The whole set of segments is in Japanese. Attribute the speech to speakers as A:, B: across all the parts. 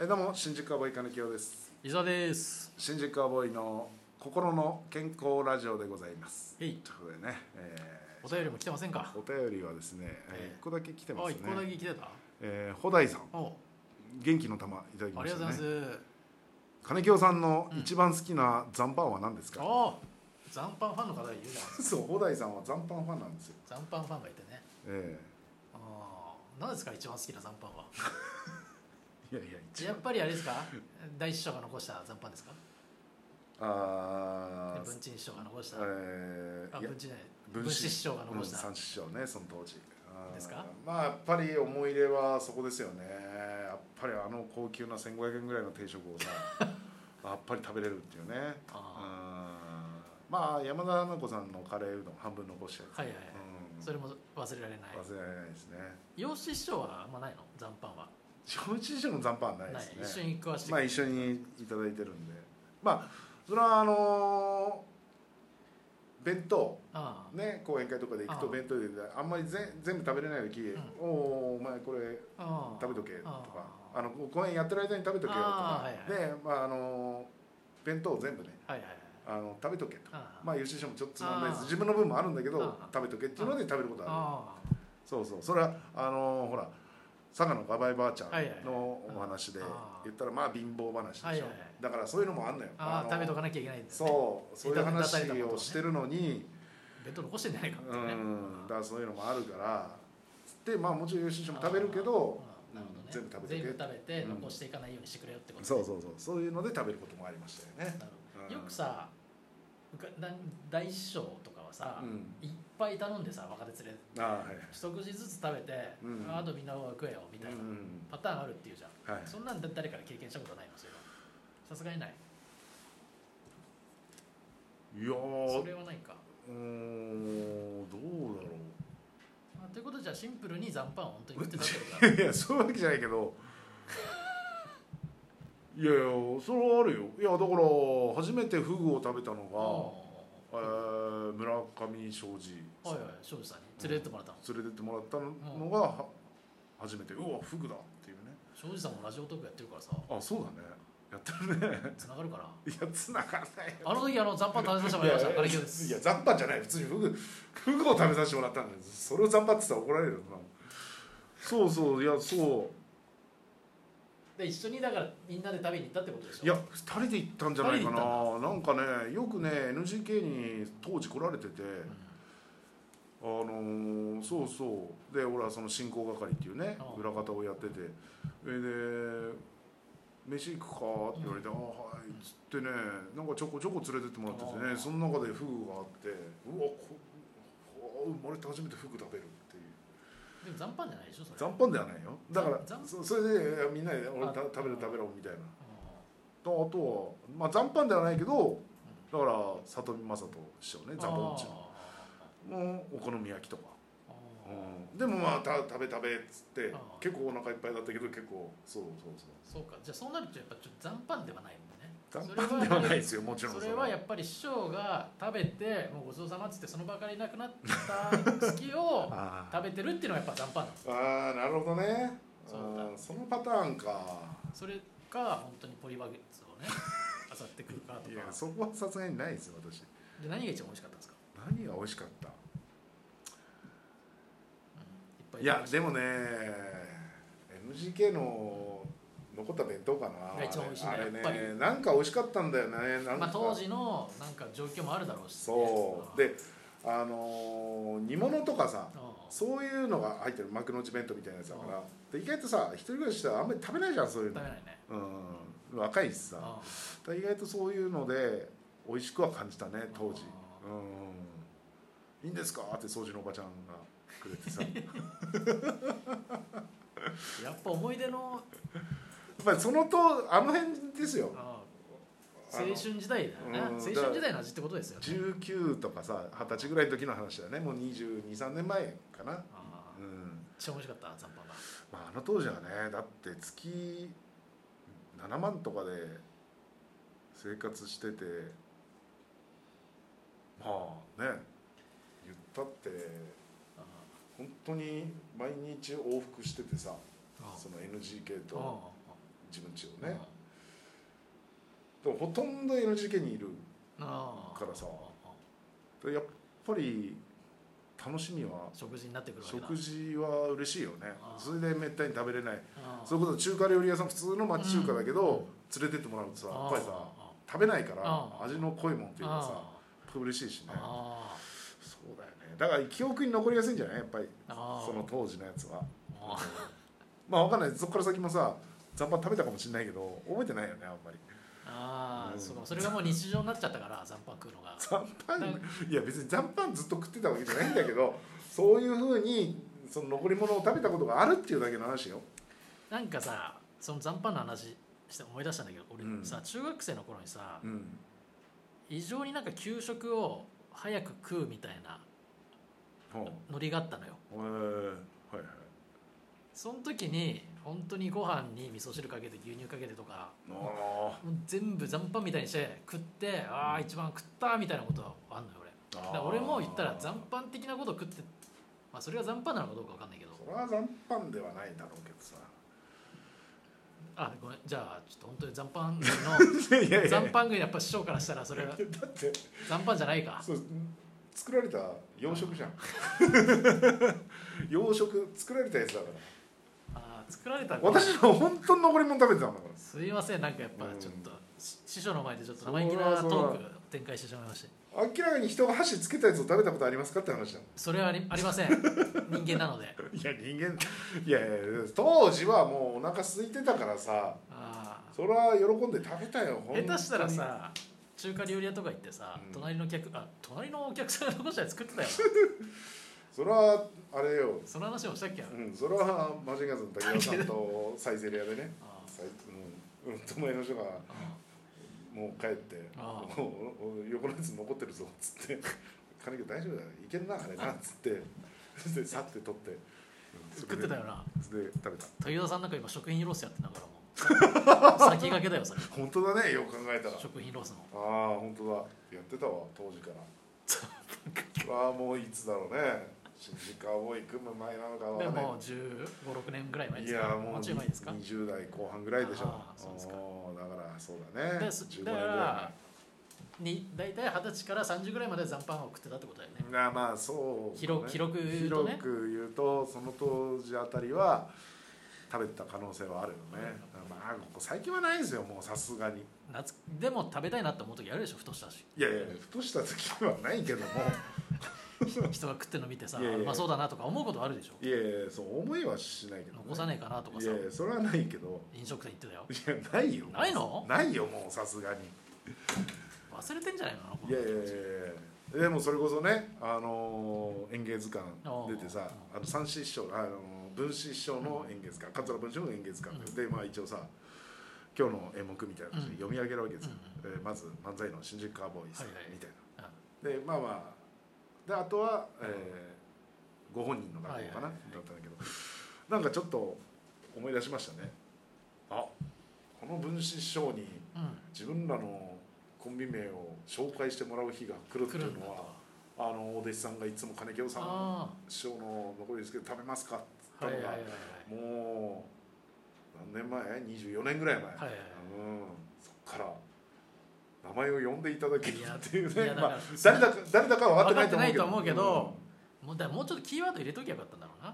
A: えどうも新宿アボーイ金城です
B: 伊沢です
A: 新宿アボーイの心の健康ラジオでございます
B: えい
A: ということでね、え
B: お便りも来てませんか
A: ーお便りはですね、えー
B: えー
A: 一個だけ来てま
B: あ
A: す
B: 一個だ
A: ね
B: け来てた
A: えー、ダイさん
B: お
A: 元気の玉いただき
B: あ
A: ま
B: り
A: し
B: がとうござい
A: た
B: ま
A: ね
B: す、
A: 金城さんの一番好きな残飯は何ですか、
B: お残飯ファンの方がいるじゃないですか
A: そうホダイさんは残飯ファンなんですよ、
B: 残飯ファンがいてね
A: え
B: あー何ですか一番好きな残飯は
A: ー、いやいや一
B: やっぱりあれですか大師匠が残した残飯ですか
A: あー
B: 文鎮師匠が残した
A: え
B: あ
A: ーいや
B: 文鎮じゃない
A: 分
B: 文子師匠が残し
A: うん
B: た、
A: 三師匠ねその当時あー
B: ですか
A: まあやっぱり思い入れはそこですよねやっぱりあの高級な1500円ぐらいの定食をさ やっぱり食べれるっていうね
B: あ
A: うんまあ山田奈子さんのカレーうどん半分残してる、
B: ーはいはいはい、
A: うん、
B: それも忘れられない
A: 忘れられないですね
B: 養子師匠はあんまないの残飯は
A: 上師匠の残飯はないで
B: ない
A: すね
B: 一緒に食わしてく
A: まあ
B: れ
A: 一緒にいただいてるんでまあそれはあのー弁当
B: あ
A: ね講演会とかで行くと
B: ああ
A: 弁当であんまりぜ全部食べれない時「
B: ん
A: おおお前これ
B: ーあ
A: 食べとけ」とか「
B: あ
A: あの講演やってる間に食べとけよ」と
B: ああ
A: か、
B: はいはい
A: で、まあ、あの弁当を全部ね
B: ーはいはいはい
A: あの食べとけと。
B: あー
A: まあ、吉井師匠もちょっとつまんないで
B: あ
A: す
B: あ
A: 自分の分もあるんだけど
B: ああ
A: 食べとけっていうので食べることある
B: ああ
A: そうそうそれはあのーほら佐賀のガバイばあちゃん
B: はいはいはい
A: のお話で
B: ああ
A: 言ったらまあ貧乏話でしょ、
B: はいはいはい
A: だからそういうのもあんのよ
B: あ
A: の
B: あ食べとかなきゃいけないんだよね
A: そうそういう
B: いただいたこ
A: 話
B: とを
A: を
B: ね
A: してるのに、
B: 弁当残してんじゃないかみたいなね
A: うんだからそういうのもあるからつってまあもちろん吉井師匠も食べるけど
B: うんなるほどね
A: 全部食べて
B: 全部食べて
A: うん
B: 残していかないようにしてくれよってことね
A: そうそうそうそういうので食べることもありましたよね
B: なるほど
A: うん
B: よくさうかだ大師匠とかはさ
A: うん
B: いっぱい頼んでさ若手連れ
A: ああはいはい
B: 一口ずつ食べて
A: うん
B: ああとみんなは食えよみたいな
A: うん
B: パターンあるっていうじゃん
A: はい
B: そんなんだ誰から経験したことないのそれはさすがにない
A: いやー
B: それはないか
A: うーんどうだろ
B: あということじゃあシンプルに残飯を本当に食ってたってことだ
A: ういやそういうわけじゃないけ どいやいやそれはあるよいやだから初めてフグを食べたの
B: あ
A: が、えー、村上庄司
B: あはいはい庄司さんに連れてってもらったの
A: 連れてってもらったののが、は初めてうわフグだっていうね
B: 庄司さんもラジオトークやってるからさ
A: あそうだねやってるね
B: つながるかない
A: やつながらないよ
B: あの時あの残飯食べさせてもらいました金城で
A: いや
B: す
A: 残飯じゃない普通にフグフグを食べさせてもらったんだよそれを残飯って言ったら怒られるよなそうそういやそ
B: で一緒にだからみんなで食べに行ったってことでしょ
A: ういや2人で行ったんじゃないか
B: 二人で
A: ななんかねよくね NGK に当時来られてて、あのーそうそうで俺はその進行係っていうね
B: ああ
A: 裏方をやっててえーで「飯行くか?」って言われて「ああはい」っつってねなんかちょこちょこ連れてってもらってて
B: あ
A: ね
B: あ
A: その中でフグがあって「うわここう生まれて初めてフグ食べる」っていう
B: でも残飯じゃないでしょそれ
A: 残飯ではないよだから
B: 残
A: そそれでみんなで「俺
B: あ
A: た食べる食べろ」みたいな
B: あ
A: とあとはまあ残飯ではないけどだから里見雅人師匠ね
B: ー
A: ザボンちゃん
B: あ
A: のお好み焼きとか。
B: ーあー
A: うんでもまあた食べ食べっつって
B: ああ
A: 結構お腹いっぱいだったけど結構そうそうそう
B: そうかじゃあそうなるとやっぱちょっと残飯ではないもんね
A: 残飯ではないですすよもちろん
B: そ
A: そ
B: れはやっぱり師匠が食べてもうごちそうさまっつってその場からいなくなった月 を
A: ああ
B: 食べてるっていうのがやっぱ残飯なんです
A: ああなるほどね
B: そう
A: あ
B: だ
A: あそのパターンか
B: それか本当にポリバゲッツをねあさってくるかと
A: いや
B: か
A: そこはさすがにないですよ私
B: で何が一番美味しかったんですか、
A: 何が美味しかった
B: うん、
A: い
B: っぱ
A: や
B: い食べ
A: でもね NGK の残った弁当かな
B: が一番美味しいね
A: あれ
B: やっぱ
A: ね
B: り
A: なんか美味しかったんだよねな
B: た
A: んか
B: まあ、当時のなんか状況もあるだろうし、ね、
A: そう
B: で
A: であのー煮物とかさ
B: あ
A: そういうのが入ってる幕の内弁当みたいなやつだからで意外とさ一人暮らししたらあんまり食べないじゃんそういう
B: 食べ
A: の
B: ないね
A: うん若いしさだか
B: あ
A: ら意外とそういうので美味しくは感じたね当時
B: あ
A: うんいいんですかって掃除のおばちゃんがくれて さやっ
B: やっぱ思い出の
A: ぱりそのとあの辺ですよ
B: あ
A: あ
B: 青
A: の
B: 春時代だよね
A: うん
B: 青春時代の味ってことですよね
A: 19とかさ二十歳ぐらいの時の話だよねもう223年前かな
B: ああ
A: うん、
B: 一番美味しかった残飯が
A: まあ、あの当時はねだって月7万とかで生活しててまあね言ったって
B: あ
A: 本当に毎日往復しててさ
B: ああ
A: その NGK
B: あ
A: と
B: あ
A: 自分ちをね、でもほとんど NGK にいる
B: ああ
A: からさ
B: ああ
A: でやっぱり楽しみは
B: 食事になってくるわけだ
A: 食事は嬉しいよね
B: ああ
A: それでめったに食べれない
B: ああ
A: それこそ中華料理屋さん普通の町中華だけ
B: うんう
A: ど
B: ん、
A: 連れてってもらうとさやっぱりさ
B: ああ
A: 食べないから
B: ああ
A: 味の濃いもんっていうかさ
B: あ
A: 嬉しいしね
B: ああ
A: そうだよねだから記憶に残りやすいんじゃないやっぱり
B: ああ
A: その当時のやつは
B: ああ
A: まあわかんないそこから先もさ残飯食べたかもしれないけど覚えてないよねあんまり
B: ああ
A: うん
B: そうかそれがもう日常になっちゃったから残飯食うのが
A: 残 飯いや別に残飯ずっと食ってたわけじゃないんだけどそういうふうにその残り物を食べたことがあるっていうだけの話よ
B: なんかさその残飯の話して思い出したんだけど俺
A: うん
B: さ中学生の頃にさ
A: うん
B: 異常になんか給食を早く食うみたいな
A: ほう
B: ノリがあったのよ
A: えー、はいはい
B: その時に本当にご飯に味噌汁かけて牛乳かけてとか
A: あ
B: もう全部残飯みたいにして食ってああ一番食ったみたいなことはあんのよ俺
A: ー
B: だから俺も言ったら残
A: 飯
B: 飯的なことを食ってまあそれが残飯なのかどうかわかんないけど
A: それは残飯ではないだろうけどさ
B: あごめんじゃあちょっと本当に残飯
A: いやいやい
B: の
A: や
B: 残飯軍やっぱ師匠からしたらそれは
A: だって
B: 残飯じゃないか
A: そう作られた洋食 じゃん洋食作られたやつだから
B: あー作られた
A: 私の本当に残り物食べてたんだから
B: すいませんなんかやっぱ
A: うん
B: ちょっと、し師匠の前でちょっと生意気な
A: そ
B: ト
A: うだそうだ
B: ーク展開してしまいまして
A: 明らかに人が箸つけたやつを食べたことありますかって話だ
B: それはありあり ません人間なので
A: いや人間いやいや当時はもうお腹空いてたからさ
B: あー
A: それは喜んで食べたよ
B: 下手したらさ中華料理屋とか行ってさ、
A: うん
B: 隣の客あ隣のお客さんが残したやつ作ってたよ
A: それはあれよ
B: なその話もしたっけな
A: うんそれはマジンガーズの武田さんとサイゼリアでね
B: あー
A: サイうんうん隣の人が
B: あ
A: もう帰って
B: ああ
A: もうお横のやつ残ってるぞっつって「金木大丈夫だよいけんなあれな」っつってそしてさって取ってうん
B: ー
A: そ
B: 作
A: れで
B: ってたよな
A: それで食べた
B: 豊田さんなんか今食品ロースやってなが らも先駆けだよそれ
A: 本当だねよく考えたらあ
B: 食品ロースの
A: あ本当だやってたわ当時 からああもういつだろうね新宿青い組む前なのか
B: で
A: は
B: も
A: ね
B: う1516年ぐらい前で
A: い
B: す
A: や
B: か
A: もう
B: もうちょい前ですか
A: 20代後半ぐらいでしょ
B: ああそうですか
A: おーだからそうだね
B: でそ
A: 15年ぐ
B: だ
A: ら
B: か
A: い
B: らに大体二十歳から30ぐらいまで残飯を食ってたってことだよね
A: まあまあそう
B: 広広く言うと
A: 広
B: ね
A: く言うとその当時あたりは食べてた可能性はあるよね、まあここ最近はないですよもうさすがに
B: 夏でも食べたいなって思う時あるでしょふとし たし
A: いやいやふとした時はないけど も
B: 人が食ってるの見てさ
A: いやいや
B: うまそうだなとか思うことあるでしょ
A: いやいやそう思いはしないけど、ね、
B: 残さねえかなとか
A: い
B: さ
A: やいやそれはないけど
B: 飲食店行ってたよ
A: いやないよ
B: ないの
A: ないよもうさすがに
B: 忘れてんじゃないのこの
A: いやいやいやいやでもそれこそね、あのー演芸図鑑出てさあの三枝師匠、あのー文枝師匠の演芸図鑑桂文枝師匠の演芸図鑑、
B: うん
A: でまあ一応さ今日の演目みたいな感じで読み上げるわけですよ、
B: う
A: えーまず漫才の新宿カーボーイさん
B: はいはい
A: みたいな、でまあまあであとは、えーご本人の落語かな、
B: はいはいはい
A: だったんだけどなんかちょっと思い出しましたねあこの文枝師匠に
B: う
A: 自分らのコンビ名を紹介してもらう日が来る
B: ん
A: って
B: 来
A: い
B: る
A: うんの
B: だと
A: はあのお弟子さんがいつも金京さん
B: あ
A: 師匠の残りですけど食べますかって言
B: あは
A: っ
B: い
A: た
B: は
A: のが、
B: いはいはい
A: もう何年前24年ぐらい前、
B: はいは
A: う
B: い
A: ん、そっから名前を呼んでいただける
B: いや
A: っていう
B: い
A: ね
B: やだか
A: ま
B: ら
A: あ、誰だか誰だかは分かってないと思うけど
B: 分かもうだからもうちょっとキーワード入れときゃよかったんだろうな
A: う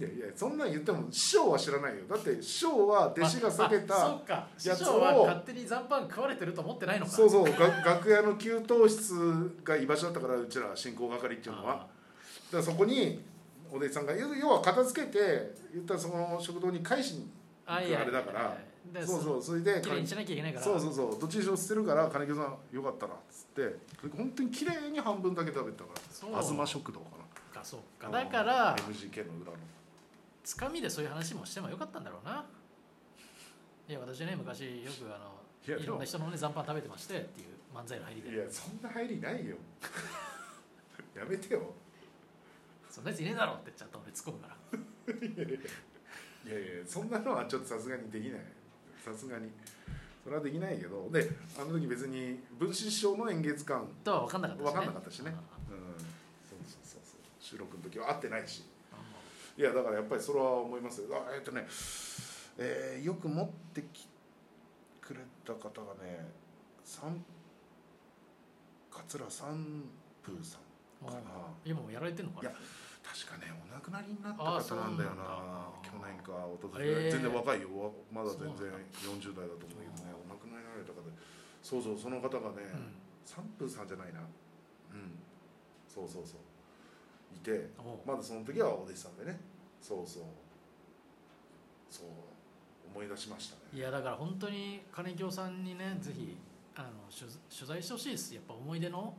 A: んいやいやそんなん言っても師匠は知らないよだって師匠は弟子が避け
B: あ
A: た
B: そうか師
A: やつを
B: 匠は勝手に残飯食われてると思ってないのか
A: そうそうが楽屋の給湯室が居場所だったからうちら進行係っていうのはだ
B: あ
A: からそこにお弟子さんが要要は片付けて言ったらその食堂に返しに
B: ああいや
A: あれだから
B: で
A: そうそうそれで
B: きれいにしなきゃいけないから
A: そうそうそうどっちにしろ捨てるから金木さんよかったらっつって本当に綺麗に半分だけ食べてたか
B: そう
A: ら東食堂か
B: かそう
A: な
B: かだから
A: MGK の裏の
B: つかみでそういう話もしてもよかったんだろうないや私ね昔よくあ
A: いやで
B: の
A: も
B: いろんな人のね残飯食べてましてっていう漫才の入り
A: い
B: で
A: やそんな入りない よやめてよ
B: そんなやついねえだろってちゃんと俺突っ込むか
A: い
B: ら
A: やいやそんなのはちょっとさすがにできないさすがにそれはできないけどであの時別に分子師匠の演芸図鑑
B: とは分かんなかったしね
A: 分かんなかったしね
B: うん
A: うんそうそうそうそう収録の時は会ってないしいやだからやっぱりそれは思いますよあえっとねえーよく持ってきくれた方がね三桂三風さん
B: あー
A: かな
B: 今もやられてんのかない
A: や確かねお亡くなりになった
B: あーそ
A: 方
B: うな
A: なんん
B: だ
A: だよな去年か一昨年ぐらい、
B: へー
A: 全然若いよわまだ全然
B: そうなん
A: 40代
B: だ
A: だと思うけどねお亡くなりになられた方でそうそうその方がね、三風さんじゃないなうんそうそうそういて
B: うん、おう
A: まだその時はお弟子さんでねそうそうそう思い出しましたね
B: いやだから本当に金京さんにねぜひあの取取材してほしいですやっぱ思い出の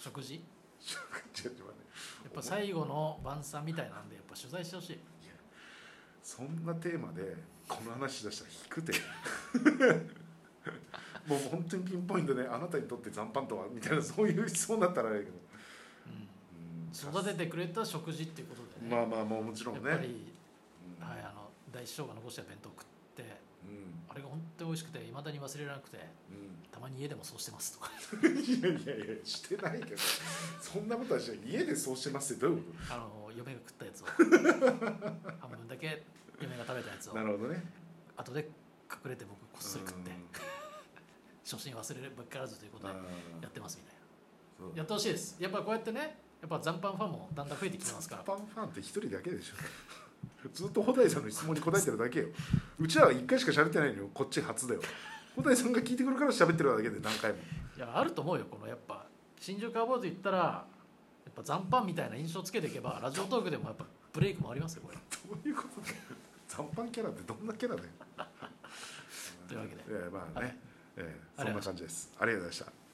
B: 食事
A: ちょっと待って
B: やっぱ最後の晩餐みたいなんでやっぱ取材してほしい
A: そんなテーマでこの話出したら引く てもう本当にピンポイントであなたにとって残飯とはみたいなそういう質問だったらあれだけど
B: う
A: うん
B: ん、育ててくれた食事っていうことでね、
A: まあまあもうもちろんね
B: やっぱり、
A: うん
B: はい、あの大師匠が残した弁当食って
A: うん
B: あれが本当に美味しくていまだに忘れられなくて
A: うん
B: たまに家でもそうしてますと か
A: いやいやいやしてないけどそんなことはしない家でそうしてますってどういうこ
B: あの嫁が食った やつを半分だけ嫁が食べたやつを
A: となるほどね
B: 後で隠れて僕こっそり食って
A: うん
B: 初心忘れるばっからずということ
A: あ
B: で
A: ー
B: やってますみたい
A: そ
B: な
A: う
B: やってほしいですやっぱこうやってねやっぱ残飯ファンもだんだん増えてきてますから
A: パンファンって一人だけでしょ ずっと穂代さんの質問に答えてるだけようちらは一回しか喋ってないのよこっち初だよ穂代さんが聞いてくるから喋ってるだけで何回も
B: いやあると思うよこのやっぱ新宿アボーズ言ったらやっぱ残飯みたいな印象つけていけばラジオトークでもやっぱブレイクもありますよこれ
A: どういうことだよ残飯キャラってどんなキャラだよ
B: というわけで
A: ええまあね、ええ
B: あ
A: そん
B: りがとうございま
A: な
B: した
A: 感じですありがとうございました